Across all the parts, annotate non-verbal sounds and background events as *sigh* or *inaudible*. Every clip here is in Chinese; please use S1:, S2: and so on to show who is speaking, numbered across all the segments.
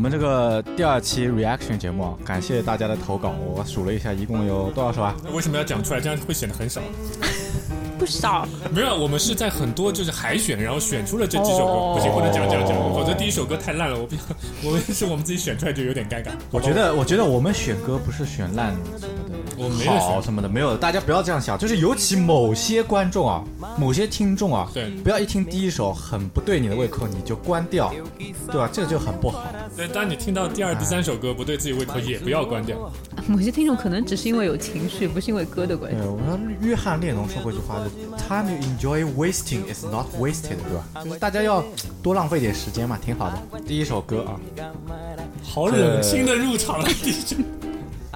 S1: 们这个第二期 reaction 节目，啊，感谢大家的投稿，我数了一下，一共有多少首啊？
S2: 为什么要讲出来？这样会显得很少。
S3: 不少，
S2: 没有，我们是在很多就是海选，然后选出了这几首歌，不行，不能讲讲讲，否则第一首歌太烂了，我不，我是我们自己选出来就有点尴尬。
S1: 我觉得，我觉得我们选歌不是选烂什么的，
S2: 我没有
S1: 好
S2: 选，
S1: 什么的没有，大家不要这样想，就是尤其某些观众啊，某些听众啊，
S2: 对
S1: 不要一听第一首很不对你的胃口你就关掉，对吧？这个就很不好。
S2: 但当你听到第二、第三首歌不对自己胃口，也不要关掉。
S3: *laughs* 某些听众可能只是因为有情绪，不是因为歌的关
S1: 对，
S3: 系。
S1: 我说约翰列侬说过一句话是 “Time you enjoy wasting is not wasted”，对吧？就是大家要多浪费点时间嘛，挺好的。第一首歌啊，
S2: 好冷清的入场了，第一首。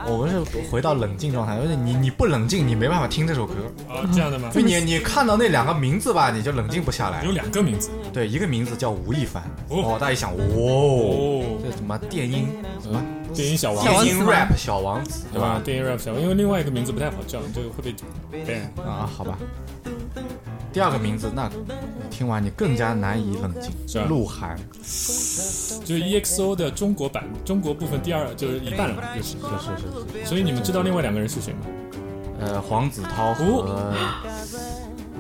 S1: 我们是回到冷静状态，而且你你不冷静，你没办法听这首歌。
S2: 啊，这样的吗
S1: 就？你你看到那两个名字吧，你就冷静不下来
S2: 有。两个名字
S1: 对，一个名字叫吴亦凡，
S2: 哦
S1: 哦，大家一想，哦，
S2: 哦，
S1: 这什么电音什么
S2: 电音小王
S3: 小王
S1: 电
S3: 子
S1: 音
S3: 吗
S1: rap 小王子，对
S2: 对吧
S1: 吧？？
S2: 电音 rap 小王，因为另外一个名字不太好叫，这个会被 ban。
S1: 啊，好吧。第二个名字，那你听完你更加难以冷
S2: 是
S1: 静
S2: 啊。
S1: 鹿晗，
S2: 就是 EXO 的中国版，中国部分第二就是一半了嘛，就是。
S1: 是是是是。
S2: 所以你们知道另外两个人是谁吗？
S1: 呃，黄子韬和，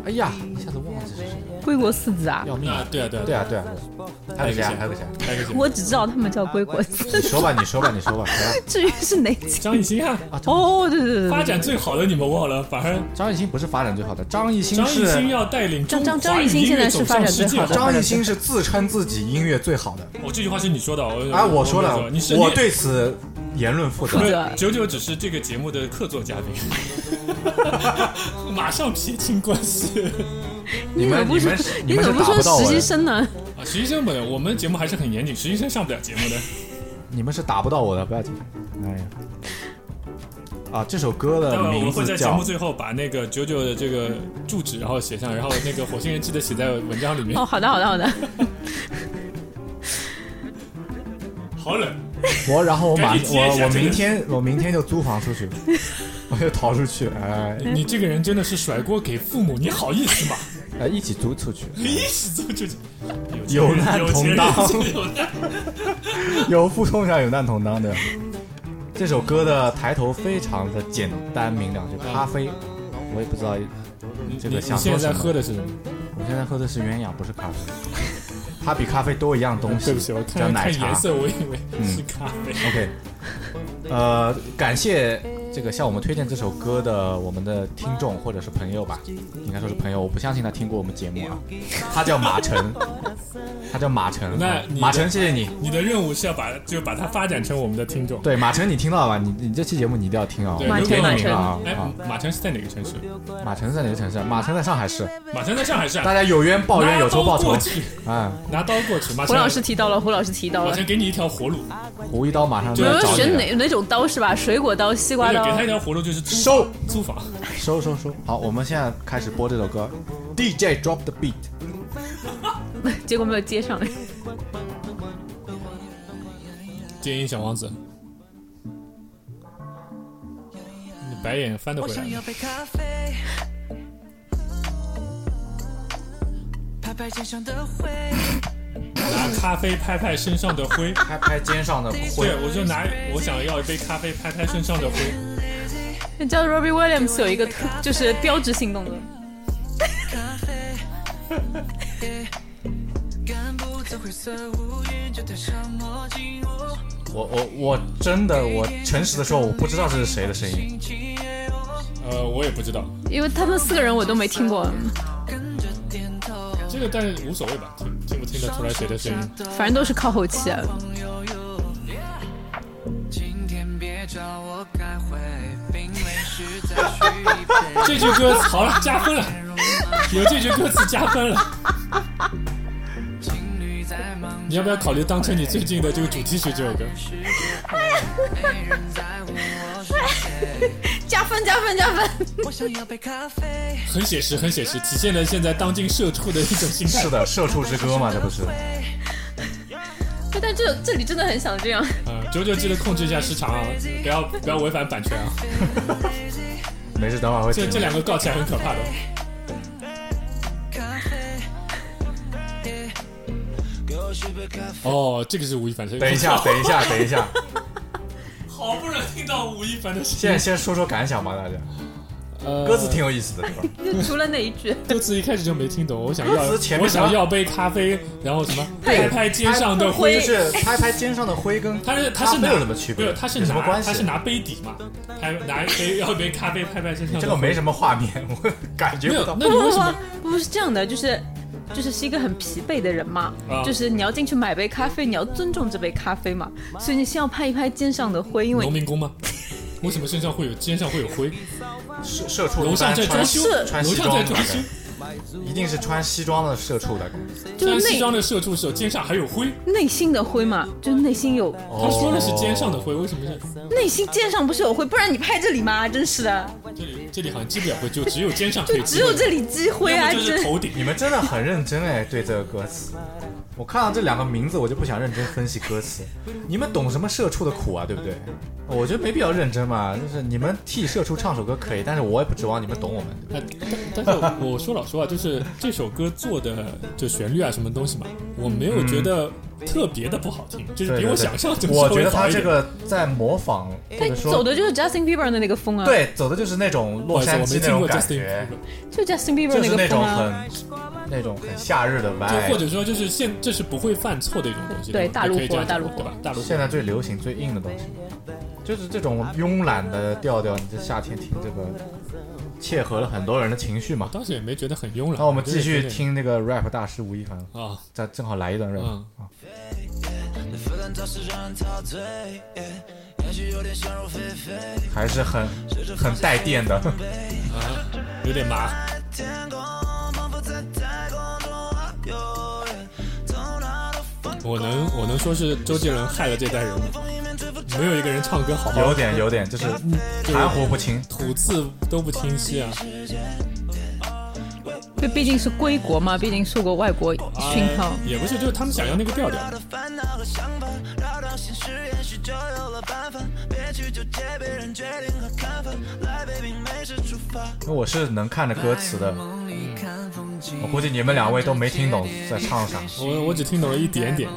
S1: 哎呀，一下子忘记是谁了，
S3: 归国四子啊，
S1: 嗯要命！
S2: 啊，对啊，对啊，
S1: 对啊，对啊，对啊还有谁啊？还有谁啊？
S2: 还有一个谁？
S3: 我只知道他们叫归国四
S1: 你
S3: 子， *laughs*
S1: 说吧，你说吧，你说吧。谁啊？
S3: 至于是哪几？
S2: 张艺兴啊，
S3: 哦，对对对对
S2: 发
S3: 对，
S2: 展最好的你们忘了，反而
S1: 张艺兴嗯不是发展最好的，张艺兴
S2: 张艺兴
S1: 是
S2: 要带领中
S3: 张张
S2: 华
S3: 张
S2: 语
S3: 艺兴
S2: 音
S3: 现在
S2: 乐
S3: 是
S2: 走
S3: 发
S2: 向
S3: 展
S2: 世
S3: 最
S2: 界
S3: 好的
S2: 了。
S1: 张艺兴是自称自己音乐最好的。
S2: 我这句话是你说的，我
S1: 哎，我说
S2: 没
S1: 了
S2: 你啊是，
S1: 我对此言论负责
S3: 负。责
S2: 九九只是这个节目的客座嘉宾， *laughs* 马上撇清关系。
S1: 你
S3: 怎么
S1: 们
S3: 不
S1: 你
S3: 说
S1: 们是
S3: 你
S1: 们
S3: 怎
S1: 是
S3: 么不
S1: 打不到
S3: 说实
S1: 我
S3: 习
S1: 的，
S3: 生呢？
S2: 啊，实习生不能，我们节目还是很严谨，实习生上不了节
S1: *laughs*
S2: 目的。
S1: 你们是打不到我的，不要紧。哎呀，啊，这首歌
S2: 待
S1: 的
S2: 会儿我
S1: 名
S2: 们会
S1: 字
S2: 在节目
S1: 叫
S2: 最后把那个九九的这个住址然后写上，然后那个火星人记得写在文章里面
S3: 哦，。好的好的好
S1: *laughs*
S3: 的，
S2: 好冷，
S1: 我，然后我马
S2: 赶紧接一下
S1: 我我
S2: 这个
S1: 明天我明天就租房出去， *laughs* 我就逃出去，哎
S2: 你这个人真的是甩锅给父母，你好意思吗？
S1: 哎，一起租出去，
S2: 一起走就
S1: 有难同当
S2: 有难。
S1: 有负重上有难同当的。这首歌的抬头非常的简单明了，就咖啡，我也不知道，
S2: 你
S1: 这
S2: 你
S1: 个想
S2: 现
S1: 做
S2: 在
S1: 什
S2: 喝
S1: 么。
S2: 的是什么？
S1: 我现在喝的是鸳鸯，不是咖啡，它比咖啡多一样东西，
S2: 对不起，我
S1: 叫
S2: 看
S1: 奶
S2: 看
S1: 茶。
S2: 颜色，我以为是咖啡。
S1: OK，呃，感谢这个向我们推荐这首歌的我们的听众或者是朋友吧，应该说是朋友，我不相信他听过我们节目啊。他叫马晨，他叫马晨，
S2: 那
S1: 啊
S2: 你的
S1: 马晨，谢谢你。
S2: 你的任务是要把就把它发展成我们的听众。
S1: 对，马晨，你听到了吧？你你这期节目你一定要听哦。
S2: 对，
S3: 马
S2: 如果
S3: 晨
S2: 你
S3: 马
S1: 晨
S2: 啊哎
S1: 啊，
S2: 马晨是在哪个城市？
S1: 马晨在哪个城市？啊马晨在上海市。
S2: 马晨在上海市啊。
S1: 大家有冤报冤，有仇报仇
S2: 拿刀过。去，
S1: 啊、
S2: 拿刀过去。马
S3: 胡
S2: 晨，
S3: 老师提到了，胡老师提到
S2: 马
S3: 了
S2: 晨。给你一条活路，
S1: 胡一刀马上就
S3: 我
S1: 要
S3: 们
S1: 找
S3: 选
S1: 你了。
S3: 哪哪种刀是吧？水果刀、西瓜
S2: 对，
S3: 刀
S2: 给。他一条活路就是租
S1: 收
S2: 租房。
S1: 收收收！好，我们现在开始播这首歌。DJ drop the beat。
S3: 结果没有接上。
S2: 电音小王子，你白眼翻得
S4: 我
S2: 回来
S4: 想
S2: 吗
S4: 要。杯咖啡，拍拍肩上的灰，
S2: 拿咖啡拍拍身上的灰。
S1: 拍拍肩上的灰
S2: 对，。我就拿，我想要一杯咖啡拍拍身上的灰。
S3: 你知道 Robbie Williams 有一个特，就是标志性动作，
S4: 赶不走灰色乌云，就戴上墨镜，我
S1: 我我我真的我诚实的说，我不知道这是谁的声音。
S2: 呃，我也不知道
S3: 因为他们四个人我都没听过，
S4: 跟着点头，
S2: 这个，但是无所谓吧，听听不听得出来谁的声音。
S3: 反正都是靠后期、啊。
S4: 悠悠。今天别找我开会，冰美式再续一杯。
S2: 这句歌词好了，加分了，有这句歌词加分了。
S4: 情侣在忙
S2: 你要不要考虑当成你最近的这个主题曲这首歌？
S4: 没人在乎我是谁。
S3: 加分加分加分！ *laughs*
S4: 我想要杯咖啡，
S2: 很写实，很写实，体现了现在当今社畜的一种心态。
S1: 是的，《社畜之歌》嘛，这不是？
S3: 但这这里真的很想这样。
S2: 嗯，九九记得控制一下时长啊，不要不要违反版权啊。
S1: 没事，等会儿会
S2: 这
S1: 听
S2: 这两个告起来很可怕的。
S4: 咖啡。
S2: 哦，这个是吴亦凡声音。
S1: 等一下，等一下，等一
S2: *laughs*
S1: 下，
S2: 好不容易听到吴亦凡的声
S1: 现在先说说感想吧，大家。
S2: 呃音，
S1: 歌词挺有意思的，对吧？
S3: 就除了那一句，
S2: 歌词一开始就没听懂，我想
S1: 歌
S2: 要
S1: 词前面
S2: 我想
S1: 啥
S2: 要杯咖啡，然后什么
S1: 对
S2: 拍拍肩上的
S1: 就
S2: 灰。
S1: 是拍拍肩上的灰跟
S2: 他是他是
S1: 没
S2: 拿
S1: 有什么区别，
S2: 没有他是
S1: 有什么
S2: 拿
S1: 关系？
S2: 他是拿杯底嘛，拍拿一杯要一杯咖啡拍拍身上的灰。
S1: 这个没什么画面，我感觉
S2: 没
S1: 不
S2: 有
S1: 到，。
S2: 哎那你为什
S3: *laughs*
S2: 么？
S3: 不是这样的，就是。就是是一个很疲惫的人嘛，
S2: 啊
S3: 就是你要进去买杯咖啡，你要尊重这杯咖啡嘛，所以你先要拍一拍肩上的灰，因为
S2: 农民工吗？为什么身上会有肩上会有灰？
S1: 社社畜
S2: 楼
S1: 一
S2: 上
S1: 般
S2: 在装
S1: 穿
S2: 修，
S1: 穿
S2: 楼
S1: 西
S2: 上
S1: 装
S2: 在
S1: 的
S2: 装修，
S1: 一定是穿西装的社畜的。
S3: 就是
S2: 穿西
S3: 内
S2: 装的社畜时候肩上还有灰。
S3: 内心的灰嘛，就是内心有、
S1: 哦
S2: 他说的是肩上的灰，为什么是
S3: 内心肩上不是有灰，不然你拍这里吗？真是的，
S2: 这里这里好像积不了灰，就只有肩上可
S3: 就
S2: 以积
S3: 只
S2: 灰
S3: 有这里积灰
S2: 要
S3: 啊，
S2: 么就是
S3: 真
S2: 头顶。
S1: 你们真的很认真哎，对这个歌词。我看到这两个名字，我就不想认真分析歌词。你们懂什么社畜的苦啊，对不对？我觉得没必要认真嘛，就是你们替社畜唱首歌可以，但是我也不指望你们懂我们。
S3: 嗯
S2: 呃但但是我说老实话，就是这首歌做的就旋律啊什么东西嘛，我没有觉得特别的不好听，就是
S1: 对嗯
S2: 比
S1: 对
S2: 我
S1: 对，
S2: 想象中
S1: 我觉
S2: 稍微
S1: 得
S2: 好
S1: 他
S2: 一
S1: 这
S2: 点。
S1: 个在模仿，或
S3: 他
S1: 者
S3: 走
S1: 说
S3: 的就是 Justin Bieber 的那个
S5: 嗯
S3: 风啊，，
S1: 对走的就是那种
S2: 不
S1: 洛
S2: 好意思，我
S1: 杉
S2: 没
S1: 矶那
S2: 听
S1: 种
S2: 过
S1: 感
S2: Justin
S1: 觉
S2: Bieber，，
S3: 就 Justin Bieber
S1: 就
S3: 那
S1: 是那
S3: 个风
S1: 种
S3: 啊，
S1: 很那种很夏日的
S2: 就或
S1: vibe。
S2: 者说就是现这是不会犯错的一种东西。
S3: 对
S2: 吧
S3: 大陆
S2: 可以这样
S3: 货大
S2: 讲
S3: 陆货
S2: 对吧？大陆货
S1: 现在最流行、最硬的东西，就是这种慵懒的调调。你这夏天听这个，切合了很多人的情绪嘛。
S2: 当时也没觉得很慵懒。
S1: 那我们
S2: 就是
S1: 继续
S2: 觉得
S1: 听那个 rap 大师吴亦凡，
S2: 啊，
S1: 再正好来一段 rap
S2: 嗯
S1: 啊。
S4: 腐烂潮湿让人陶醉，也许有点想入非非。
S1: 还是很很带电的，
S2: 有点麻。我能我能说是周杰伦害了这代人吗？没有一个人唱歌好好
S1: 有
S2: 的，
S1: 点有点就是
S2: 就是
S1: 含糊不清。
S2: 吐字都不清晰啊。
S3: 就毕竟是归国嘛，毕竟受过外国
S2: 哦
S3: 熏陶。
S2: 哎也不是，就是他们想要那个调调。
S1: 我是能看着歌词的，嗯我估计你们两位都没听懂在唱啥。
S2: 我我只听懂了一点点，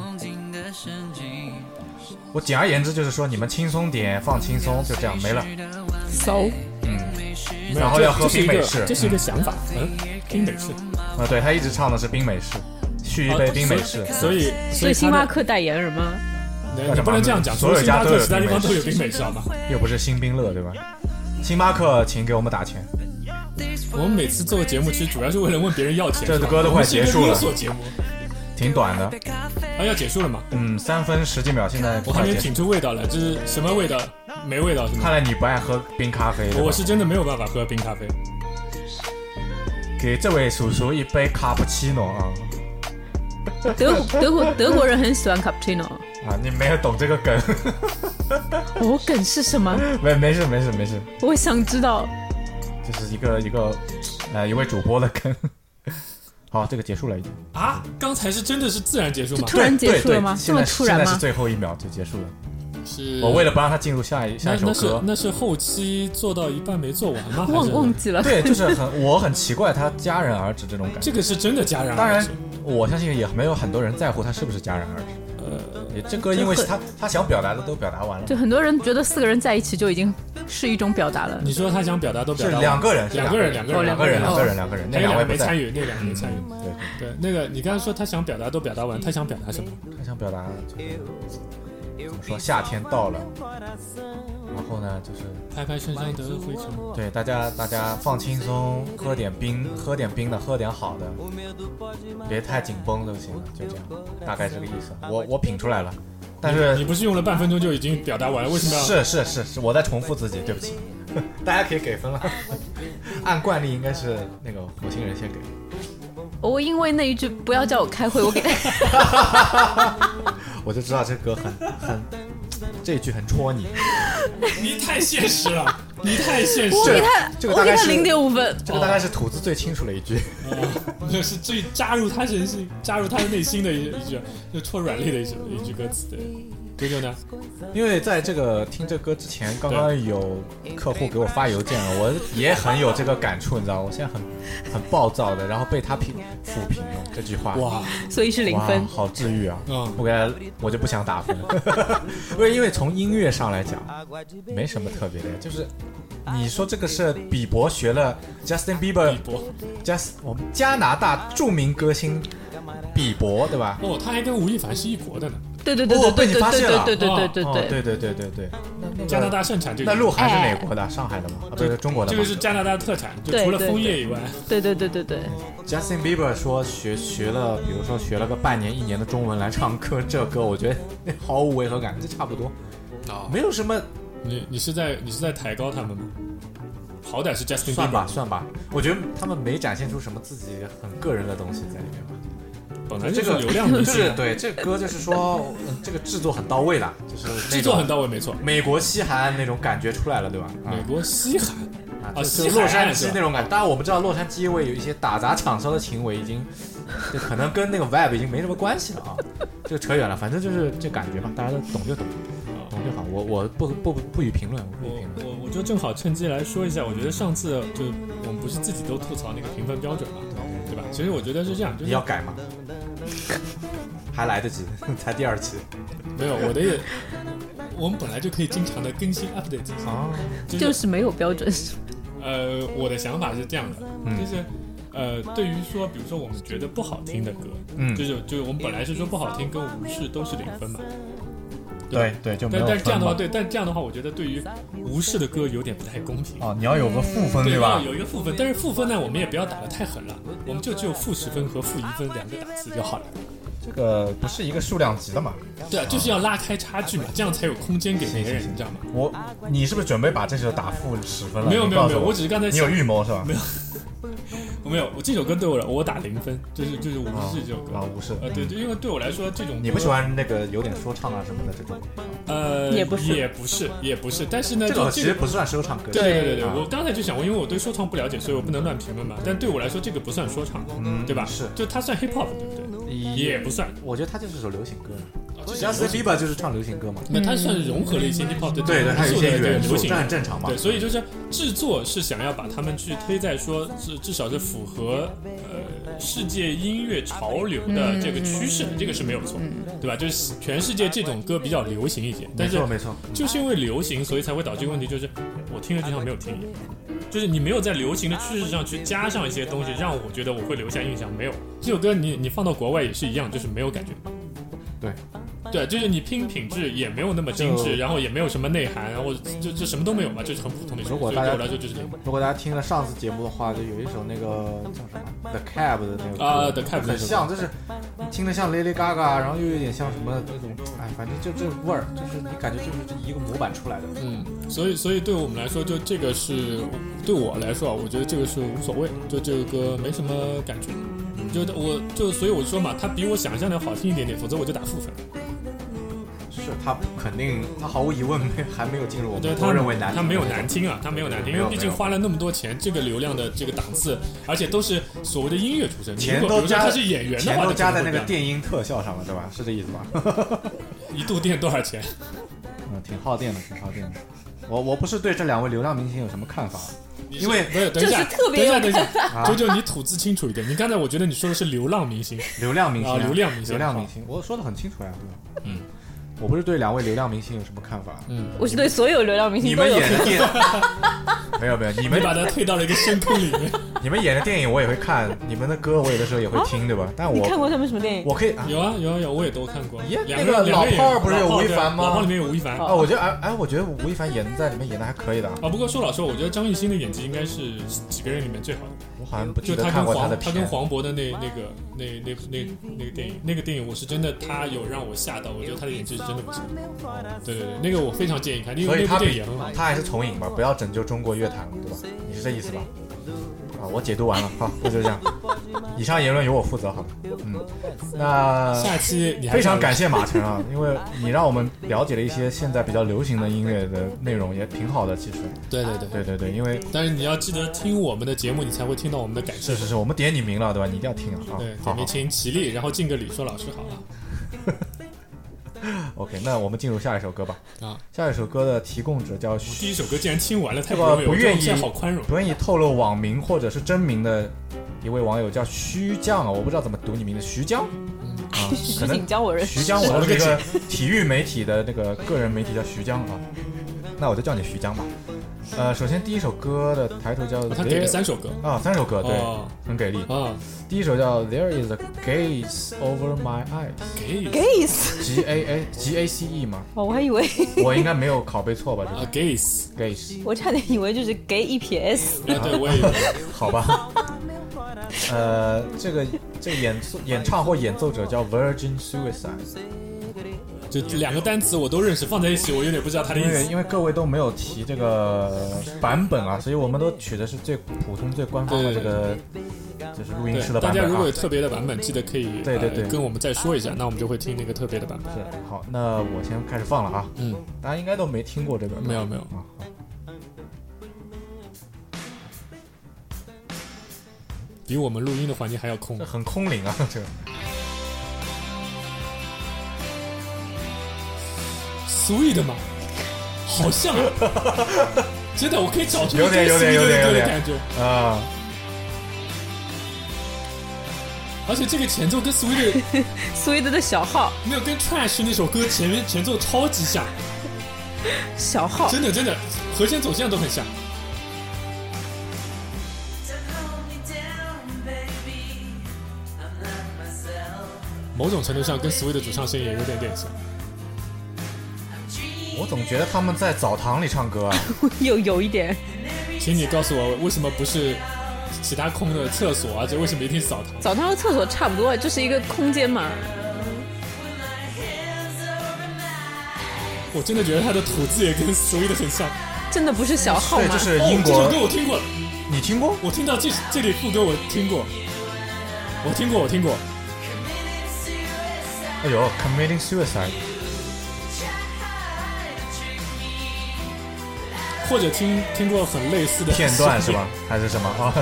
S1: 我简而言之就是说，你们轻松点，放轻松，就这样没了。
S2: 骚。嗯，
S1: 然后要喝
S2: 这是一
S1: 冰美
S2: 个
S1: 式
S2: 这是一个想法。嗯，冰美式，
S1: 啊，对他一直唱的是冰美式，续一
S2: 啊
S1: 杯冰美式。
S2: 所以
S3: 所以星巴
S2: 巴
S3: 克代言人吗？
S2: 你你不能这样讲，除
S1: 所有
S2: 了星巴
S1: 家都
S2: 克，
S1: 有
S2: 其他地方
S1: 冰美式
S2: 都有冰美式，好吗？
S1: 又不是新冰乐，对吧？星巴克，请给我们打钱。
S2: 我们每次做节目，其实主要是为了问别人要钱。
S1: 这首歌都
S2: 我们
S1: 快
S2: 是一个
S1: 结束了
S2: 勒索节目
S1: 挺短的，
S2: 啊，要结束了吗？
S1: 嗯，三分十几秒，现在
S2: 我还
S1: 快
S2: 没
S1: 结束。
S2: 品出味道来，这是什么味道？没味道是
S1: 看
S2: 吗？
S1: 来你不爱喝冰咖啡，对吧
S2: 我是真的没有办法喝冰咖啡。
S1: 给这位叔叔一杯卡布奇诺啊
S3: 德国德国德国人很喜欢 cappuccino，
S1: 啊！你没有懂这个梗， *laughs*
S3: 我梗是什么？
S1: 没没事没事没事，
S3: 我想知道。
S1: 这是一个一个呃一位主播的梗。好，这个结束了已经，
S2: 啊，刚才是真的是自然结束吗？
S3: 突然
S1: 对
S3: 结束
S1: 对
S3: 了吗
S1: 对
S3: 这么
S1: 现在是
S3: 突然吗
S1: 现在是最后一秒就结束了。
S2: 是
S1: 我为了不让他进入下一下
S2: 那
S1: 一首
S2: 那是
S1: 歌，
S2: 那是后期做到一半没做完吗？
S3: *laughs*
S2: 还
S3: 忘
S2: 是
S3: 忘记了，
S1: 对，就是很我很奇怪他戛然而止这种感觉。
S2: 这个是真的戛然
S1: 当
S2: 而
S1: 然
S2: 止。，
S1: 我相信也没有很多人在乎他是不是戛然而止。呃，这歌因为是他他想表达的都表达完了，
S3: 就很多人觉得四个人在一起就已经是一种表达了。
S2: 你说他想表达都表
S1: 是
S2: 达完了
S1: 两个人，是
S2: 两个人，两个人，
S1: 两个人，两
S2: 哦
S1: 个人，两个人，那
S2: 还有
S1: 两位
S2: 两
S1: 不
S2: 没参
S1: 在。嗯
S2: 与，那两个没参与。
S1: 对，
S2: 对，那个你刚才说他想表达都表达完，他想表达什么？
S1: 他想表达就是怎么说，夏天到了，然后呢，就是
S2: 拍拍身上的灰尘。
S1: 对大家大家放轻松，喝点冰，喝点冰的，喝点好的，别太紧绷就行了，就这样，大概这个意思。我我品出来了，但是
S2: 你不是用了半分钟就已经表达完了，为什么要？
S1: 是是是是，我在重复自己，对不起， *laughs* 大家可以给分了。 *laughs* 按惯例应该是那个火星人先给，
S3: 我因为那一句“不要叫我开会”，我给
S1: 我就知道这歌很很这一句很戳你。
S2: 你太现实
S1: *laughs*
S2: 了，你太现
S3: 我
S2: 实
S3: 给
S2: 了，
S3: 他
S1: 这个
S3: 我
S1: 大
S3: 给
S1: 概
S3: 他
S1: 是
S3: 零点五分。
S1: 这个大概是吐字最清楚的一句，
S2: 这是最扎入他人性、扎入他的内心的一一句，就戳软肋的一句一句歌词。对，丢丢呢？
S1: 因为在这个听这歌之前，刚刚有客户给我发邮件了，我也很有这个感触，你知道吗，我现在很很暴躁的，然后被他评抚平了这句话，
S2: 哇，
S3: 所以是零
S1: 哇
S3: 分。
S1: 好治愈啊！
S2: 嗯
S1: 不该我就不想打分，不是因为从音乐上来讲，没什么特别的，就是你说这个是比伯学了 Justin
S2: 比
S1: Bieber
S2: 伯
S1: Just 我们加拿大著名歌星比伯对吧？
S2: 哦，他还跟吴亦凡是一国的呢，
S3: 对对对对
S1: 哦被
S3: 对
S1: 你
S3: 对
S1: 发现了
S3: 对对对对
S1: 哦
S3: 对对。
S1: 对对对对对，那
S2: 加拿大盛产这个
S1: 那鹿晗是哪国的？上海的吗？啊，不是中国的
S2: 这
S1: 吗
S2: 个是加拿大特产，就
S3: 对
S2: 除了
S3: 对
S2: 枫叶
S3: 对
S2: 以外，
S3: 对对对对对，
S1: ？Justin Bieber 说学学了，比如说学了个半年一年的中文来唱歌，这歌我觉得毫无违和感，这差不多，
S2: 哦，
S1: 没有什么
S2: 你你是在你是在抬高他们吗？好歹是 Justin
S1: 算
S2: Bieber，
S1: 吧算吧，我觉得他们没展现出什么自己很个人的东西在里面吧。
S2: 本来就
S1: 这
S2: 是
S1: 个
S2: 流量明
S1: *laughs* 是
S2: 星，啊
S1: 对这歌就是说，嗯这个制作很到位了，就是那
S2: 制
S1: 种啊
S2: 作很到位，没嗯错。
S1: 美国西海岸那种感觉出来了，对吧？啊
S2: 美国西海
S1: 啊，
S2: 哦
S1: 就是
S2: 西海
S1: 洛
S2: 岸
S1: 杉
S2: 是
S1: 矶
S2: 吧
S1: 那种感觉。当然，我们知道洛杉矶因为有一些打砸抢烧的行为，已经就可能跟那个 vibe 已经没什么关系
S2: *laughs*
S1: 了啊。这个扯远了，反正就是这感觉嘛，大家都懂就懂，懂就好。我我不不不不予评论，我不予
S2: 我
S1: 评论。
S2: 我我就正好趁机来说一下，我觉得上次就我们不是自己都吐槽那个评分标准嘛，对吧？其实我觉得是这样，就
S1: 你
S2: 是
S1: 要改吗？还来得及， *laughs* 才第二期
S2: 没有我的也，我们本来就可以经常的更新 update 一下，
S1: 啊。
S2: 就
S3: 就是是没有标准。
S2: 呃，我的想法是这样的，
S1: 嗯
S2: 就是呃，对于说，比如说我们觉得不好听的歌，
S1: 嗯
S2: 就是就是我们本来是说不好听跟无视都是零分嘛，
S1: 对对，就
S2: 但但是这样的
S1: 分
S2: 话，
S1: 嘛
S2: 对，但这样的话，我觉得对于无视的歌有点不太公平。
S1: 哦，你要有个负分
S2: 对要有一个负分，但是负分呢，我们也不要打得太狠了，我们就只有负十分和负一分两个档次就好了。
S1: 这个不是一个数量级的嘛？
S2: 对啊，就是要拉开差距嘛，这样才有空间给别人，你知道吗？
S1: 我，你是不是准备把这首打负十分
S2: 没有
S1: 你
S2: 没有
S1: 告
S2: 没
S1: 诉
S2: 有，我只是刚才
S1: 你有预谋是吧？没有
S2: 我没有，我这首歌对我来，我打零分，就是就是无视这首歌
S1: 啊，无视。
S2: 呃，对，就因为对我来说，这种
S1: 你不喜欢那个有点说唱啊什么的这种，
S2: 呃
S3: 也不是
S2: 也不是也不是，但是呢，
S1: 这种
S2: 就
S1: 其
S2: 这
S1: 实
S2: 个
S1: 不算说唱歌。
S2: 对对对对，
S1: 啊
S2: 我刚才就想过，因为我对说唱不了解，所以我不能乱评论嘛。但对我来说，这个不算说唱，
S1: 嗯
S2: 对吧？
S1: 是嗯
S2: 就它算 hip hop，对不对？也不算，
S1: 我觉得他就是首流行歌
S2: 这是
S1: ，Justin Bieber 就是唱流行歌嘛。
S2: 那它算是融合了一些 hip hop 的
S1: 嗯对对，他有一
S2: 元素的
S1: 些
S2: 对
S1: 元素
S2: 流，行
S1: 这很正常嘛
S2: 对，。所以就是制作是想要把他们去推在说，至至少是符合呃世界音乐潮流的这个趋势的，这个是没有错，对吧？就是全世界这种歌比较流行一些，
S1: 没
S2: 但是
S1: 错没错，
S2: 就是因为流行，所以才会导致一个问题，就是我听了就像没有听一样，就是你没有在流行的趋势上去加上一些东西，让我觉得我会留下印象。没有这首歌你，你放到国外也是一样，就是没有感觉。
S1: 对
S2: 对，就是你拼品质也没有那么精致，然后也没有什么内涵，然后就就什么都没有嘛，就是很普通的一首歌。
S1: 如果
S2: 所以
S1: 大
S2: 对
S1: 家
S2: 我来说就是这样
S1: 如果大家听了上次节目的话，就有一首那个叫什么 The Cab 的那个歌
S2: 啊，The Cab 那首歌
S1: 很像，就是听着像 Lady Gaga，然后又有点像什么那种，哎，反正就这味儿，就是你感觉就是这一个模板出来的。
S2: 嗯，所以所以对我们来说，就这个是对我来说啊，我觉得这个是无所谓，就这个歌没什么感觉。就我就所以我说嘛，它比我想象的好听一点点，否则我就打负分。
S1: 是他肯定，他毫无疑问没还没有进入我
S2: 对
S1: 们
S2: 他
S1: 都认为难，
S2: 他没有难听啊，他没有难听，因
S1: 没
S2: 为
S1: 有
S2: 毕竟花了那么多钱，这个流量的这个档次，而且都是所谓的音乐出身，
S1: 钱
S2: 如果
S1: 都
S2: 比如说
S1: 加
S2: 他是演员的
S1: 钱
S2: 话，
S1: 都
S2: 就
S1: 加在
S2: 可
S1: 那
S2: 能
S1: 个
S2: 会
S1: 电音特效上了，对吧？是这意思吧？ *laughs*
S2: 不一样一度电多少钱？
S1: 嗯，挺耗电的，挺耗电的。我我不是对这两位流量明星有什么看法，啊因为啊
S2: 没有，等一下，
S3: 就是特别有
S2: 等一下，等一下，九九你吐字清楚一点。你刚才我觉得你说的是流浪明星，
S1: 流量明星、
S2: 啊流量明星
S1: 流量明星，我说的很清楚呀、对吧？
S2: 嗯，
S1: 我不是对两位流量明星有什么看法，啊
S2: 嗯，
S3: 我是对所有流量明
S1: 你
S3: 星都
S1: 们
S3: 有
S1: 演的电 *laughs* 没有没有，你
S2: 你
S1: 们
S2: 把他推到了一个深坑里面。
S1: 你们演的电影我也会看，你们的歌我有的时候也会听，对吧？但
S3: 你看
S1: 我
S3: 过他们什么电影？
S1: 我可以啊
S2: 有啊有啊有，我也都看过。
S1: 耶
S2: 两
S1: 那个
S2: 两
S1: 老
S2: 演
S1: 炮儿
S2: 员
S1: 不是有
S2: 老炮
S1: 吴亦
S2: 对
S1: 凡吗
S2: 老炮儿里面有吴亦凡。
S1: 啊，我觉得哎哎，我觉得吴亦凡演在里面演的还可以的，
S2: 啊，不过说老实话，我觉得张艺兴的演技应该是几个人里面最好的。
S1: 我好像不
S2: 就
S1: 记
S2: 他
S1: 得
S2: 跟
S1: 看过
S2: 黄
S1: 的
S2: 跟
S1: 片。
S2: 黄渤的那那个那那那那个电影，那个电影我是真的，他有让我吓到，我觉得他的演技是真的不行。对对对，那个我非常建议看，因
S1: 所
S2: 为
S1: 以
S2: 那部
S1: 他
S2: 电
S1: 比
S2: 影也很好。
S1: 他还是从影吧，不要拯救中国乐坛了，对吧？你是这意思吧？啊，我解读完了，好，那就这样。以上言论由我负责，好吧？嗯，那
S2: 下期你还
S1: 啊非常感谢马晨啊，因为你让我们了解了一些现在比较流行的音乐的内容，也挺好的。其实，
S2: 对对对
S1: 对对对，因为
S2: 但是你要记得听我们的节目，你才会听到我们的感受
S1: 是。是是，我们点你名了，对吧？你一定要听啊！啊
S2: 对，
S1: 好
S2: 点
S1: 好
S2: 名请起立，然后敬个礼，说老师好啊。
S1: OK，那我们进入下一首歌吧。
S2: 啊，
S1: 下一首歌的提供者叫徐
S2: 第一首歌竟然听完了，太
S1: 这
S2: 不
S1: 个
S2: 容易了，
S1: 不
S2: 我觉得
S1: 愿
S2: 我现
S1: 意
S2: 在好宽容。
S1: 不愿意透露网名或者是真名的一位网友叫徐酱啊，我不知道怎么读你名字，徐江啊，可
S5: 徐
S1: 能
S5: 锦教我认
S1: *laughs*
S5: 识
S1: 徐江，我的这个 *laughs* 体育媒体的那个个人媒体叫徐江啊，那我就叫你徐江吧。呃，首先第一首歌的抬头叫
S2: 哦他给了
S1: There-
S2: 三首歌
S1: 啊，三首歌对
S2: 哦，
S1: 很给力。
S2: 啊
S1: 第一首叫 There is a gaze over my eyes，G
S2: ，gays
S5: ，gays，
S1: A A G A C E 嘛，
S5: 哦，我还以为
S1: 我应该没有拷贝错吧？
S2: 啊
S1: 就
S2: gays，
S1: 是 gaze，
S5: 我差点以为就是 gay 一撇 s，
S2: 啊对，我也有。
S1: *laughs* 好吧。呃，这个这个演奏演唱或演奏者叫 Virgin Suicide，
S2: 就两个单词我都认识，放在一起我有点不知道它的意
S1: 因为
S2: 思。
S1: 因为各位都没有提这个版本啊，所以我们都取的是最普通最官方的这个就是录音
S2: 对
S1: 师的，
S2: 大
S1: 版
S2: 家
S1: 本
S2: 如果
S1: 啊
S2: 有。特别的版本，记得可以
S1: 对对对
S2: 呃跟我们再说一下，那我们就会听那个特别的版本。
S1: 是好，那我先开始放了啊，
S2: 嗯，
S1: 大家应该都没听过这个，
S2: 没有没有
S1: 啊。好
S2: 比我们录音的环境还要
S1: *laughs*
S2: 空
S1: 这。很空灵啊，这个
S2: Sweet 吗？
S1: *laughs*
S2: 好像啊，真的，我可以找出
S1: 有点有点有点有
S2: 的
S1: 点
S2: 感觉。
S1: 啊、
S2: 而且这个前奏跟 Sweet
S3: 苏伊德的小号，
S2: 没有跟 Trash 那首歌前面前奏超级像，
S3: 小号，
S2: 真的真的，和弦走向都很像。某种程度上跟 Sweet 的主唱声音也有点点像。
S1: 我总觉得他们在澡堂里唱歌
S2: *laughs*
S1: 啊，
S3: 有有一点，
S2: 请你告诉我，为什么不是其他空的厕所啊？这为什么一定是澡堂？
S3: 澡堂和厕所差不多，就是一个空间嘛。
S2: 我真的觉得他的吐字也跟 Sweet 的很像。
S3: 真的不是小号
S1: 对，
S3: 吗
S1: 这？是英国，
S2: 哦、这首歌我听过，
S1: 你听过？
S2: 我听到这这里副歌我听过，我听过，我听过。
S1: 哎呦，committing suicide，
S2: 或者听听过很类似的
S1: 片段
S2: *laughs*
S1: 是吧？还是什么啊？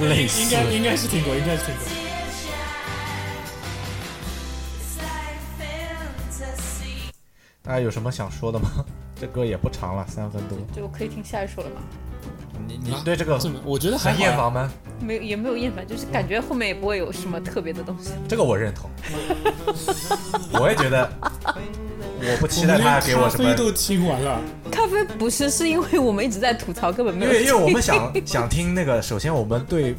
S1: 类似
S2: 应该应该是听过，应该是听过。
S1: 大家有什么想说的吗？ *laughs* 这歌也不长了，三分多。
S5: 就可以听下一首了吧？
S1: 你你对这个
S2: 这么我觉得还
S1: 很
S2: 好
S1: 厌
S2: 啊、
S1: 烦吗？
S5: 没有也没有厌烦，就是感觉后面也不会有什么特别的东西。
S1: 这个我认
S2: *laughs*
S1: 同，我也觉得，我不期
S2: 我
S1: 待
S2: 们连
S1: 他给我
S2: 咖
S1: 什
S2: 啡
S1: 么，
S2: 都听完了，
S5: 咖啡不是，是因为我们一直在吐槽，根本没
S1: 因
S5: 有
S1: 为
S5: 听。
S1: 因为我
S5: *laughs*
S1: 们想 *laughs* 想听那个，首先我们对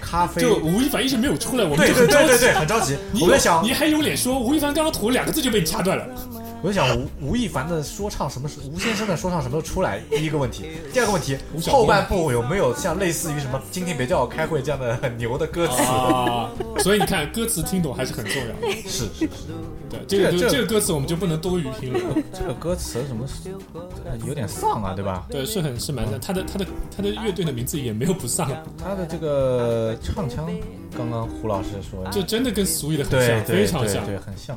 S1: 咖啡，
S2: 就吴亦凡一直没有出来，我们
S1: 对对
S2: 就很着
S1: 对
S2: 急。
S1: 对对，很着急。
S2: 你
S1: 我在想
S2: 有你，还有脸说吴亦凡刚刚吐了两个字就被你掐断了？
S1: *laughs* 我就想吴吴亦凡的说唱什么时候，吴先生的说唱什么时候出来？第一个问题，第二个问题
S2: 吴，晓波
S1: 后半部有没有像类似于什么“今天别叫我开会”这样的很牛的歌词？
S2: 啊，所以你看歌词听懂还是很重要的。
S1: 是是是，
S2: 对，这
S1: 这
S2: 个就
S1: 这
S2: 这个歌词我们就不能多余评
S1: *laughs*
S2: 论。
S1: 这个歌词怎么呃有点丧啊，对吧？
S2: 对，是很是蛮像他的他的他的乐队的名字也没有不上，
S1: 他的这个唱腔，刚刚胡老师说，
S2: 就真的跟 Sweet 很
S1: 对
S2: 像，非
S1: 对
S2: 常
S1: 对
S2: 像。
S1: 对，很像。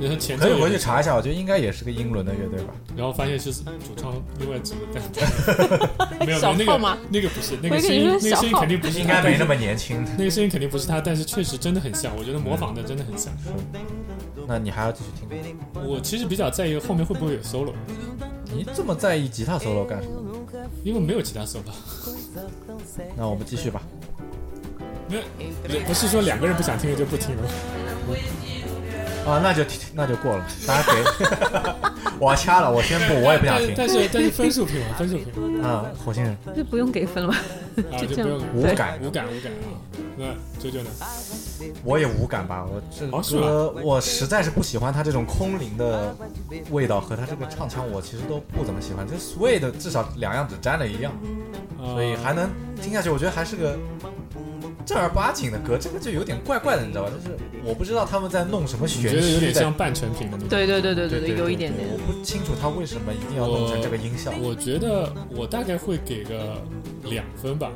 S2: 然后前奏
S1: 可以
S2: 也
S1: 回去
S2: 很像
S1: 查一下，我觉得应该也是个英伦的乐队吧。
S2: 然后发现是嗯主唱另外几个单
S5: *laughs*
S2: 没有没有
S5: 小号
S2: 那个
S5: 吗
S2: 那个不是那
S5: 我
S2: 个
S5: 以为
S2: 声
S5: 你
S2: 音
S5: 说
S2: 那个
S5: 小
S2: 声音
S5: 号
S2: 肯定不是
S1: 应该
S2: 他
S1: 没那么年轻。
S2: 那个声音肯定不是他，但是确实真的很像，我觉得模仿的真的很像。
S1: 那你还要继续听吗？
S2: 我其实比较在意后面会不会有 solo，
S1: 你这么在意吉他 solo 干什么？
S2: 因为没有其他 solo，
S1: 那我们继续吧。
S2: 没有
S5: 哎
S2: 也不是说两个人不想听了就不听了。
S1: 啊，那就那就过了，大家给，我掐了，我宣布我也不想
S2: 但但
S1: 听。
S2: 是但是分数评
S5: *laughs*
S2: 完，分数评完
S1: 啊，火星人
S3: 这不用给分了吧？
S5: 哎
S2: 啊
S3: 就
S2: 就
S3: 这样
S2: 不用
S1: 无
S3: 对
S1: 感，
S2: 无感无感啊。那九九呢？
S1: 我也无感吧。我这
S2: 哦是
S1: 歌我实在是不喜欢他这种空灵的味道和他这个唱腔，我其实都不怎么喜欢。这 Suede 至少两样只沾了一样，
S2: 啊
S1: 所以还能听下去。我觉得还是个正儿八经的歌，这个就有点怪怪的，你知道吧？就是我不知道他们在弄什么
S2: 你觉
S1: 玄
S2: 得有
S1: 虚
S2: 点
S1: 在
S2: 像半成品的那种。
S3: 对对对对
S1: 对对，
S3: 对，有一点点
S1: 对。我不清楚他为什么一定要弄成这个音效。
S2: 我觉得我大概会给个两分吧。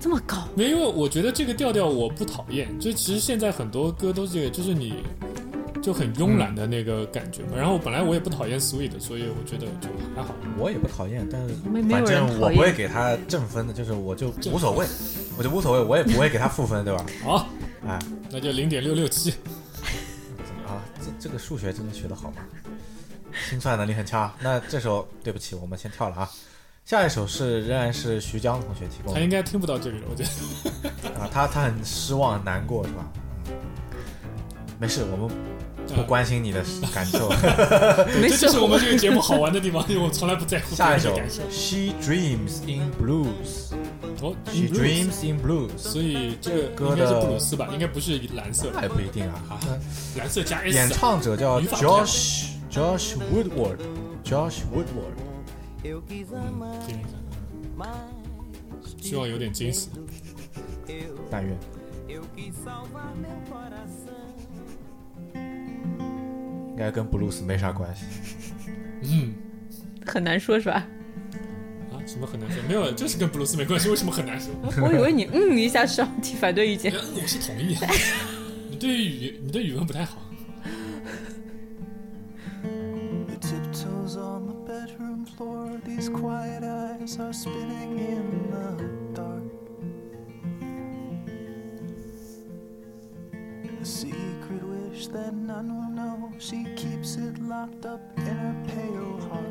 S3: 这么高，
S2: 没有，因为我觉得这个调调我不讨厌。就其实现在很多歌都是这个，就是你就很慵懒的那个感觉嘛。然后本来我也不讨厌 Sweet，所以我觉得就还好。
S1: 我也不讨厌，但是
S3: 没没有
S1: 反
S3: 人
S1: 正我
S3: 讨厌
S1: 不会给他正分的，就是我就无所谓，我就无所谓，我也不会给他负分，对吧？
S2: 好，
S1: 哎，
S2: 那就零点六六七。
S1: 啊，这这个数学真的学得好吗？心算能力很差。那这首对不起，我们先跳了啊。下一首是仍然是徐江同学提供
S2: 他
S1: 的
S2: 应该听不到这个的，我觉得。
S1: 啊，他他很失望很难过是吧？嗯没事，我们不关心你的感受。
S3: 没
S2: 这
S3: 事
S2: 就，是我们这个节目好玩的地方，因为我从来不在乎别
S1: 下一
S2: 人
S1: 首
S2: 的感受。
S1: She Dreams in Blues。
S2: 哦
S1: She
S2: Blues
S1: Dreams in Blues。
S2: 所以这个
S1: 歌
S2: 应该是
S1: 的
S2: 布鲁斯吧，应该不是蓝色
S1: 那也不一定啊。
S2: 啊，蓝色加 S，啊
S1: 演唱者叫
S2: 语法不一样
S1: Josh Josh Woodward，Josh Woodward。
S2: 听一下，希望有点惊喜。
S1: 但愿。应该跟布鲁斯没啥关系。
S2: 嗯
S5: *laughs* 很难说是吧？
S2: 啊，什么很难说？没有，就是跟布鲁斯没关系，为什么很难说？
S5: 我以为你嗯一下是要提反对意见，
S2: 我是同意。你对语你对语文不太好，
S6: The tiptoes on the bedroom floor, these quiet eyes are spinning in the dark. A secret wish that none will know, she keeps it locked up in her pale heart.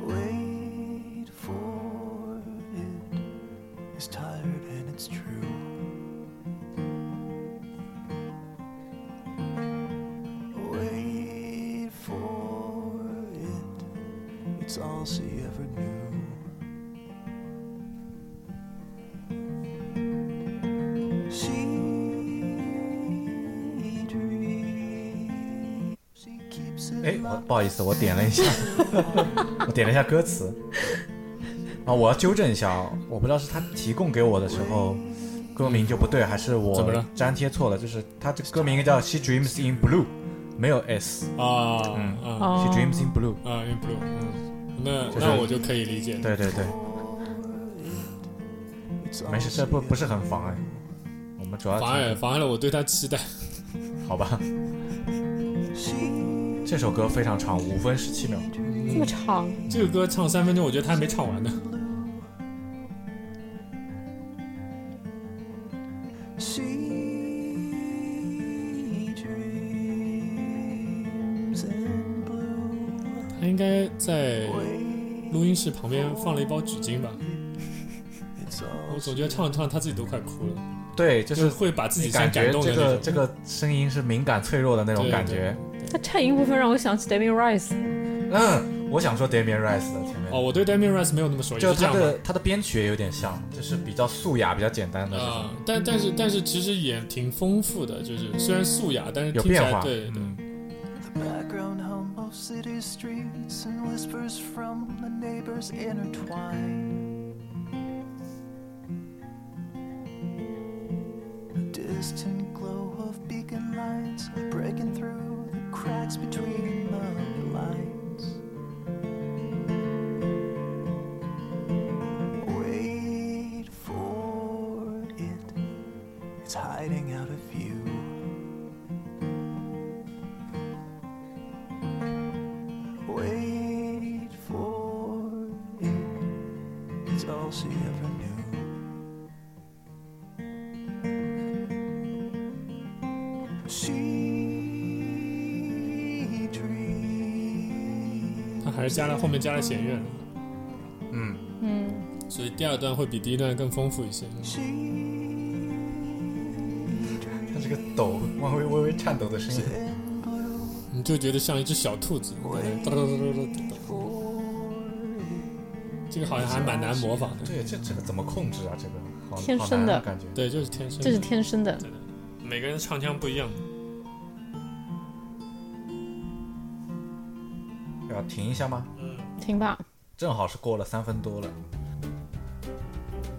S6: Wait for it, it's tired and it's true. Wait for it. It's all she ever knew. She dreams. She keeps
S1: 哎
S6: it，
S1: 我
S6: locked
S1: 不好意思，我点了
S2: *laughs*
S1: 一下，我点了一下歌词。啊，我要纠正一下啊，我不知道是他提供给我的时候歌名就不对，还是
S2: 怎么
S1: 我
S2: 了
S1: 粘贴错了。就是他这歌名应该叫《She Dreams in Blue》，没有 S，《
S2: 啊
S1: 嗯
S2: 啊
S1: She Dreams in Blue》。
S2: 啊，因为 blue，嗯，那
S1: 就是
S2: 那我就可以理解了。
S1: 对对对，
S6: It's all
S1: 没事，这不不是很妨碍。我们主要
S2: 妨碍妨碍了我对他期待。
S1: 好吧。
S6: she
S1: 这首歌非常长，五分十七秒。
S5: 这么长，
S2: 这个歌唱三分钟，我觉得他还没唱完呢。
S6: she dreams in blue.
S2: 他应该在录音室旁边放了一包纸巾吧？
S6: It's all
S2: 我总觉得唱着唱着他自己都快哭了，
S1: 对，就
S2: 就是是会把自己
S1: 你
S2: 先
S1: 感
S2: 感
S1: 觉
S2: 动的
S1: 这
S2: 那
S1: 个
S2: 种。
S1: 这个声音是敏感脆弱的那种
S2: 对
S1: 感觉。
S5: 他颤音部分让我想起 d a m i Rice，
S1: 嗯，我想说 Damian Rice 的前面，
S2: 哦，我对 d a m i Rice 没有那么熟，也
S1: 就是
S2: 这
S1: 他
S2: 样吧。
S1: 的他的编曲也有点像，就是比较素雅、比较简单的这种，
S2: 啊、但但是但是其实也挺丰富的，就是虽然素雅，但是
S1: 有
S2: 听起
S1: 变
S2: 来
S1: 化。
S2: 对对、
S1: 嗯，
S6: The background hum of city streets and whispers from the neighbors intertwine. The distant glow of beacon lights breaking through the cracks between the lines. Wait for it, it's hiding out of view. Wait for it. It's all she ever knew. She dreams.
S2: 他还是加了后面加了弦乐的，
S1: 嗯
S2: 所以第二段会比第一段更丰富一些。
S6: She
S1: 他这个抖，微微微微颤抖的声音，
S6: in blue.
S2: 你就觉得像一只小兔子，哒哒哒哒哒哒
S6: For it.
S2: 这个好像还蛮难模仿的。
S1: 对，这这个怎么控制啊？这个好
S5: 天生
S1: 好
S5: 的
S1: 难啊感觉。
S2: 对，就是天生的，
S5: 这是天生的。
S2: 每个人唱腔不一样。
S1: 要停一下吗？
S5: 听吧，
S1: 正好是过了三分多了。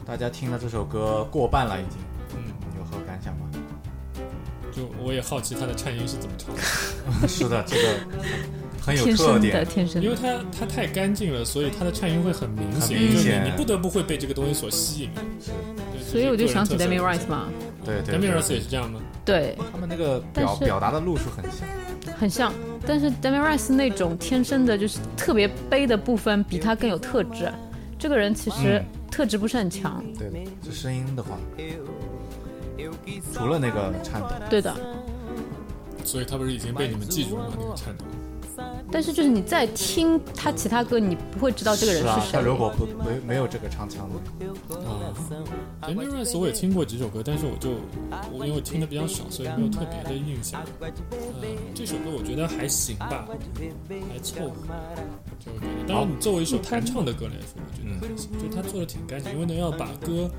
S1: 大家听了这首歌过半了，已经
S2: 嗯，
S1: 有何感想吗？ *laughs*
S2: 就我也好奇他的颤音是怎么唱的，
S1: 是的，这个很有
S5: 天
S1: 特
S5: 生的，
S1: 点。
S5: 天生
S2: 因为
S5: 的。
S2: 他他太干净了，所以他的颤音会很明显，
S1: 很明
S2: 就是
S1: 显
S2: 你你不得不会被这个东西所吸引。对
S3: 所以我就想起 d a m i Rice
S2: Rice 嘛
S3: 嘛，
S1: 对
S2: d
S1: 对
S2: a m i
S1: 对
S2: Rice 也是这样吗？
S5: 对，
S1: 他们那个
S5: 但
S1: 表
S5: 是
S1: 表达的路数很像。
S5: 很像。但是 d a m i Rice 那种天生的，就是特别悲的部分，比他更有特质。这个人其实特质不是很强，
S1: 对的，这声音的话，除了那个颤抖，
S5: 对的。
S2: 所以他不是已经被你们记住了吗？那个颤抖，
S5: 但是就是你在听他其他歌，你不会知道这个人
S1: 啊
S5: 是，
S1: 他
S5: 谁。
S1: 如果不没没有这个唱腔呢？
S2: d a m i r i s 我也听过几首歌，但是我就我因为听的比较少，所以没有特别的印象。嗯，这首歌我觉得还行吧，还凑合。就我觉得，当然你作为一首弹唱的歌来说，我觉得还行，就他做的挺干净，因为能要把歌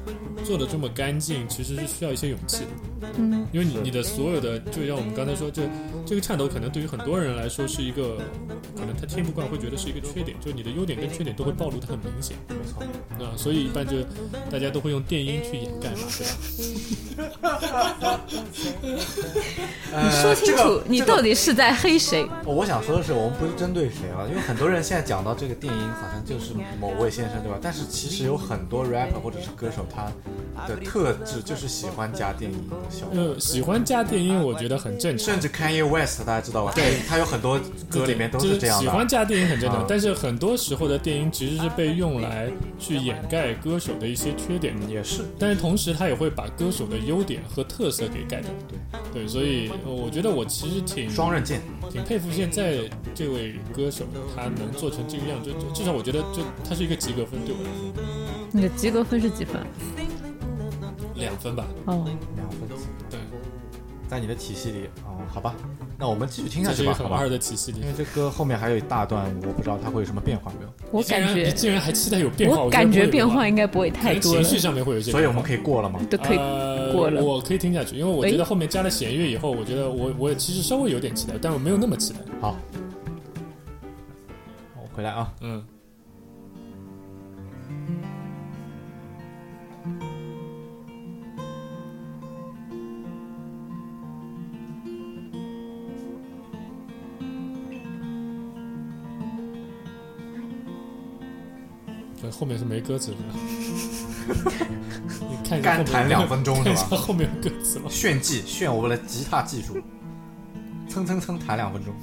S2: 做的这么干净，其实是需要一些勇气的。嗯，因为你你的所有的，就像我们刚才说，这这个颤抖可能对于很多人来说是一个，可能他听不惯会觉得是一个缺点，就你的优点跟缺点都会暴露的很明显。
S1: 没错，
S2: 啊，所以一般就大家都会用电音去掩盖嘛，对吧？
S1: 呃
S5: 说清
S1: 这
S5: 楚
S1: 个，
S5: 你
S1: 这个
S5: 到底是在黑谁？
S1: 哦我想说的是，我们不是针对谁啊了，因为很多人现在讲到这个电音，好像就是某位先生，对吧？但是其实有很多 rapper 或者是歌手，他的特质就是喜欢加电音的效果。
S2: 呃，喜欢加电音，我觉得很正常
S1: 甚。至 Kanye West 大家知道吧？对，他有很多歌里面都
S2: 就是
S1: 这样
S2: 喜
S1: 的
S2: 欢。加电音很正常
S1: 啊，
S2: 但是很多时候的电音其实是被用来去掩盖歌手的一些缺点，
S1: 嗯也是，
S2: 但是同时他也会把歌手的优点和特色给盖掉。对，对，所以呃我觉得我其实挺
S1: 双刃剑。
S2: 挺佩服现在这位歌手，他能做成这个样，就就至少我觉得就他是一个及格分，对我来说
S5: 你的及格分是几分？
S2: 两分吧。
S5: 哦，
S1: 两分子
S2: 对，
S1: 在你的体系里，哦，好吧，那我们继续听下
S2: 这是
S1: 去
S2: 一个
S1: 吧，
S2: 很
S1: 好吧
S2: 二？的体系里
S1: 因。为这歌后面还有一大段，我不知道它会有什么变化没有，
S5: 我
S2: 你竟
S5: 感
S2: 然
S5: 觉
S2: 你竟然还期待有变化，
S5: 我
S2: 觉得
S5: 感
S2: 不会
S5: 觉
S2: 有
S5: 变化
S2: 吧
S5: 应该不会
S2: 可
S5: 太
S2: 能
S5: 多
S2: 情
S5: 了，
S2: 绪上面会有一些变化，
S1: 所以我们可以过了吗？
S5: 都可以
S2: 呃
S5: 过了。
S2: 我可以听下去，因为我
S5: 哎
S2: 觉得后面加了弦乐以后，我觉得我我其实稍微有点期待，但我没有那么期待。
S1: 好，我回来啊。
S2: 嗯，对，后面是没歌词的。你看一下后
S1: 干
S2: 面
S1: 弹两分钟是吧
S2: 看一下后面有歌词吗？
S1: 炫技，炫我们的吉他技术，蹭蹭蹭弹两分钟。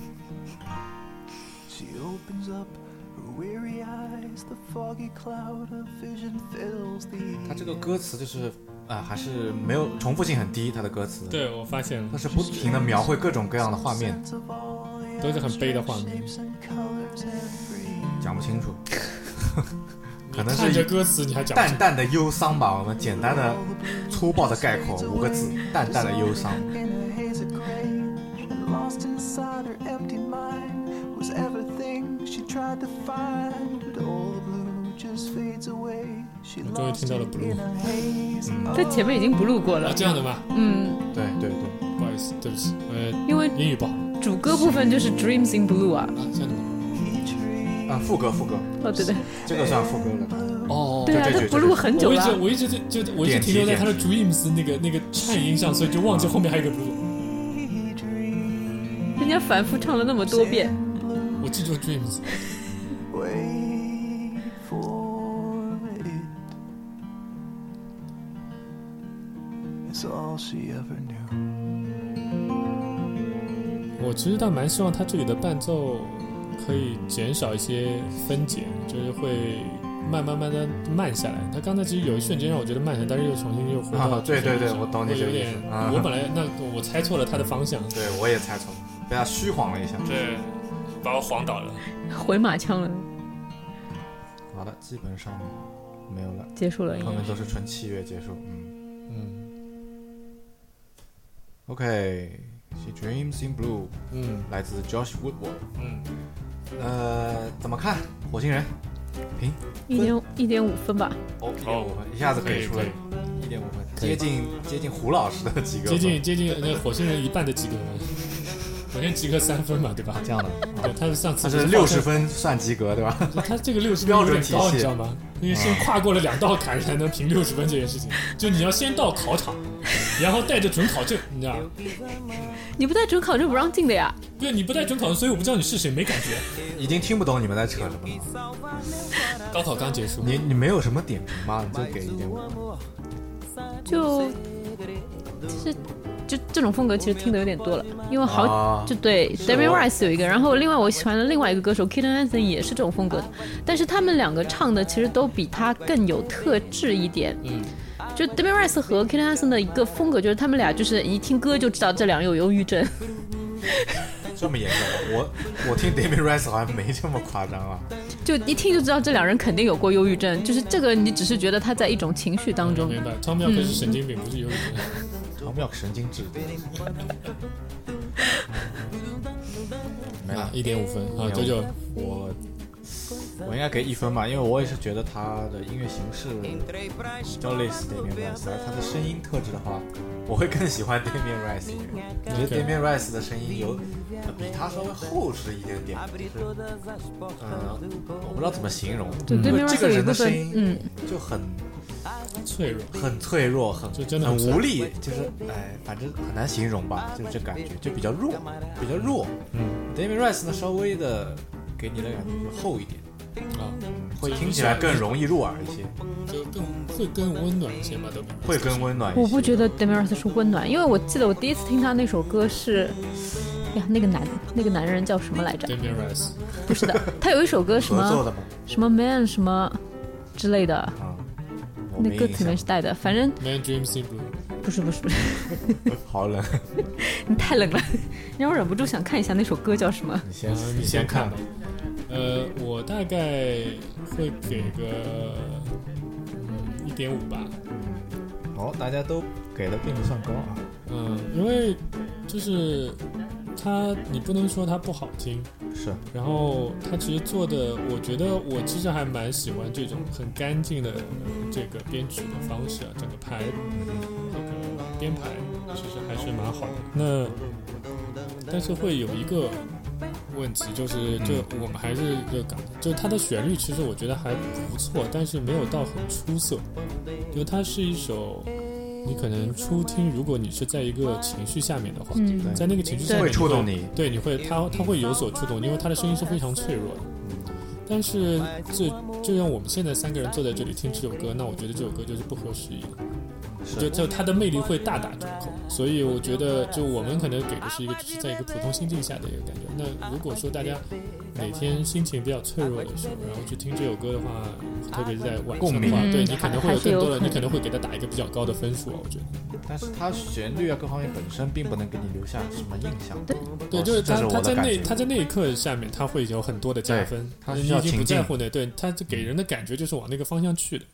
S6: She opens up her weary eyes, the foggy cloud of vision fills the
S1: 他这个歌词就是啊、还是没有重复性很低，他的歌词，，
S2: 对，我发现了
S1: 他，是不停的描绘各种各样的画面，
S6: sense of all the
S2: 都是很悲的画面。
S6: shapes and colors every
S1: 讲不清楚， *laughs* 可能
S2: 看着
S1: 是
S2: 歌词你还讲不
S1: 淡
S2: 清
S1: 淡的忧伤吧。我们简单的、粗暴的概括五个字：淡淡的忧伤。
S6: in a haze of gray and lost inside her empty mind was everything she tried to find but all the blue just fades away she
S2: 我终于
S6: lost
S2: 听到了 blue，
S6: in a haze
S5: 在前面已经不录过
S2: 啊
S5: 了，
S2: 这样的吧，
S5: 嗯，
S1: 对对对，
S2: 不好意思，对不起，呃，
S5: 因为
S2: 英语不好
S5: 主歌部分就是 Dreams in Blue 啊，
S2: 啊，这样的吗？
S1: 啊，副歌副歌，
S5: 哦对对，
S1: 这个算副歌了。
S2: 哦
S5: 对啊，
S1: 这这
S5: 都不录很久
S2: 我一
S5: 了
S2: 直
S5: 啊，
S2: 我一直就就我一直停留在他的 dreams 那个那个颤音上，所以就忘记后面还有一个 blue。
S5: 人家反复唱了那么多遍，
S2: 我记住了 dreams，
S6: wait for it it's all she ever knew
S2: 我其实倒蛮希望他这里的伴奏可以减少一些分解，就是会慢慢慢的慢下来。他刚才其实有一瞬间让我觉得慢下来，但是又重新又回到
S1: 啊对对对我懂你这
S2: 有
S1: 个意思
S2: 点，
S1: 啊
S2: 我本来那我猜错了他的方向，
S1: 对，我也猜错了，被他虚晃了一下。
S2: 对，把我晃倒了。
S5: 回马枪了，
S1: 好的，基本上没有了，
S5: 结束了应
S1: 后
S5: 该。
S1: 面都是纯器乐结束。嗯
S2: 嗯
S1: ，OK，She Dreams in Blue
S2: 嗯
S1: 来自 Josh Woodward。
S2: 嗯，
S1: 呃，怎么看火星人？评
S5: 一点一点五分吧，
S1: 哦，一点五分，一下子给出了
S2: 可以
S1: 一点五分，
S2: 可以
S1: 接近接近胡老师的及格
S2: 接
S1: 分，
S2: 近接近那火星人 *laughs* 一半的及格分，火星人及格三分嘛，对吧？
S1: 这样的。
S2: 对，他是上次
S1: 哦他啊是
S2: 不
S1: 六
S2: 号
S1: 十
S2: 称，
S1: 分算及格对吧？
S2: 他这个六十分
S1: 标
S2: 有
S1: 准
S2: 点
S1: 体
S2: 高，
S1: 系哦
S2: 你知道吗？因为先跨过了两道坎才能评六十分这件事情，就你要先到考场，然后带着准考证，你知道吧？
S5: 你不带准考证不让进的呀。
S2: 对，你不带准考证，所以我不知道你是谁，没感觉。
S1: 已经听不懂你们在扯什么了。
S2: 高考刚结束，
S1: 你你没有什么点评吗？你就给一点五分。
S5: 就其实就这种风格其实听的有点多了，因为好、
S1: 啊
S5: 就对 d a m i
S1: 我
S5: Rice 有一个，然后另外我喜欢的另外一个歌手 k i t t e n Anson 也是这种风格的，但是他们两个唱的其实都比他更有特质一点，
S2: 嗯，
S5: 就 Demi Rice 和 k a t e Hudson 的一个风格，就是他们俩就是一听歌就知道这俩人有忧郁症。 *laughs*
S1: 这么严重吗？我我听 David Rice 好像没这么夸张啊。
S5: 就一听就知道这两人肯定有过忧郁症，就是这个你只是觉得他在一种情绪当中。
S2: 明白，Tom York 是神经病，不是忧郁症。
S1: Tom York 神经质。没了
S2: 啊，，一点五分啊，
S1: 嗯没有
S2: 九九，
S1: 我我应该给一分吧，因为我也是觉得他的音乐形式较类似 Damian Rice，而他的声音特质的话，我会更喜欢 Damian Rice 一点。我觉得
S2: OK
S1: Damian Rice 的声音有呃比他稍微厚实一点点，就是嗯，我不知道怎么形容，
S5: 对 Demi
S1: 这
S5: Rice
S1: 个
S5: 有一
S1: 人
S5: 部
S1: 的声
S5: 分
S1: 音，
S5: 嗯，
S1: 就很。
S2: 脆弱。
S1: 很脆弱，很
S2: 就真的很
S1: 很
S2: 脆
S1: 无力，就是哎，反正很难形容吧，就是这感觉，就比较弱，比较弱。
S2: 嗯
S1: d a m i Rice 呢，稍微的给你的感觉就厚一点，
S2: 啊，
S1: 会嗯听起来更容易入耳一些，
S2: 就更会更温暖一些吧，都比
S1: 会更温暖一些。
S5: 我不觉得 Demi Rice 是温暖，因为我记得我第一次听他那首歌是，哎呀，那个男那个男人叫什么来着？
S2: Damian Rice
S5: 不是的，他有一首歌什
S1: 合作
S5: 么
S1: 的吗？
S5: 什么 Man 什么之类的，
S1: 啊、我
S5: 那
S1: 没
S5: 歌
S1: 印
S5: 词里
S1: 象
S5: 面是带的，反正
S2: Man Dreams in Blue。
S5: 不是不是不是， *laughs*
S1: *laughs* 好冷，
S5: 你太冷了， *laughs* 让我忍不住想看一下那首歌叫什么。
S1: 你先
S2: 呃你先看吧。呃，我大概会给个嗯一点五吧。
S1: 哦，大家都给的并不算高啊。
S2: 嗯，因为就是它，你不能说它不好听，
S1: 是，
S2: 然后它其实做的，我觉得我其实还蛮喜欢这种很干净的这个编曲的方式啊，整个排这个编排其实还是蛮好的。那但是会有一个问题，就是就我们还是一个感，就是它的旋律其实我觉得还不错，但是没有到很出色，就它是一首。你可能初听，如果你是在一个情绪下面的话，
S5: 嗯
S1: 对
S2: 在那个情绪下面
S1: 会
S2: 你
S1: 触动你
S2: 对，你会它它会有所触动，因为它的声音是非常脆弱的。但是这就像我们现在三个人坐在这里听这首歌，那我觉得这首歌就是不合时宜，就是就它的魅力会大打折扣。所以我觉得，就我们可能给的是一个只是在一个普通心境下的一个感觉。那如果说大家哪天心情比较脆弱的时候，然后去听这首歌的话，特别是在晚上
S1: 共
S2: 的
S1: 鸣
S2: 话，对
S5: 嗯
S2: 你可能会
S5: 还
S2: 有
S5: 是
S2: 更
S5: 有
S2: 多的，
S5: 可
S2: 你
S5: 能
S2: 可能会给它打一个比较高的分数啊，我觉得。
S1: 但是它旋律啊各方面本身并不能给你留下什么印象。
S5: 对
S2: 对，就是
S1: 这
S2: 他
S1: 哦是
S2: 他
S1: 我
S2: 在
S1: 的感
S2: 那
S1: 觉。
S2: 他在那一刻下面，他会有很多的加分
S1: 对，他
S2: 你
S1: 需要
S2: 已经不
S1: 情境
S2: 在乎那，对他就给人的感觉就是往那个方向去的。